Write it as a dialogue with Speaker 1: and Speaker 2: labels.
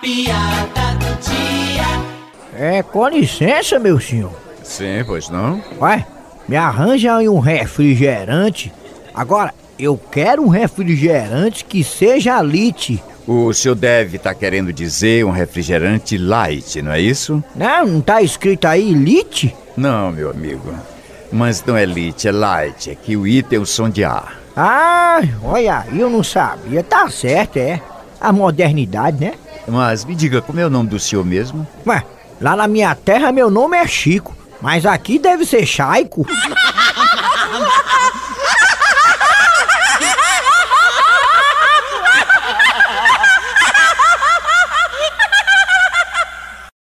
Speaker 1: piada do dia.
Speaker 2: É, com licença, meu senhor.
Speaker 3: Sim, pois não?
Speaker 2: Ué, me arranja aí um refrigerante. Agora, eu quero um refrigerante que seja lite.
Speaker 3: O senhor deve estar querendo dizer um refrigerante light, não é isso?
Speaker 2: Não, não tá escrito aí lite?
Speaker 3: Não, meu amigo. Mas não é light, é light. É que o I tem o som de A.
Speaker 2: Ah, olha, eu não sabia. Tá certo, é. A modernidade, né?
Speaker 3: Mas me diga, como é o nome do senhor mesmo?
Speaker 2: Ué, lá na minha terra meu nome é Chico, mas aqui deve ser Chaico.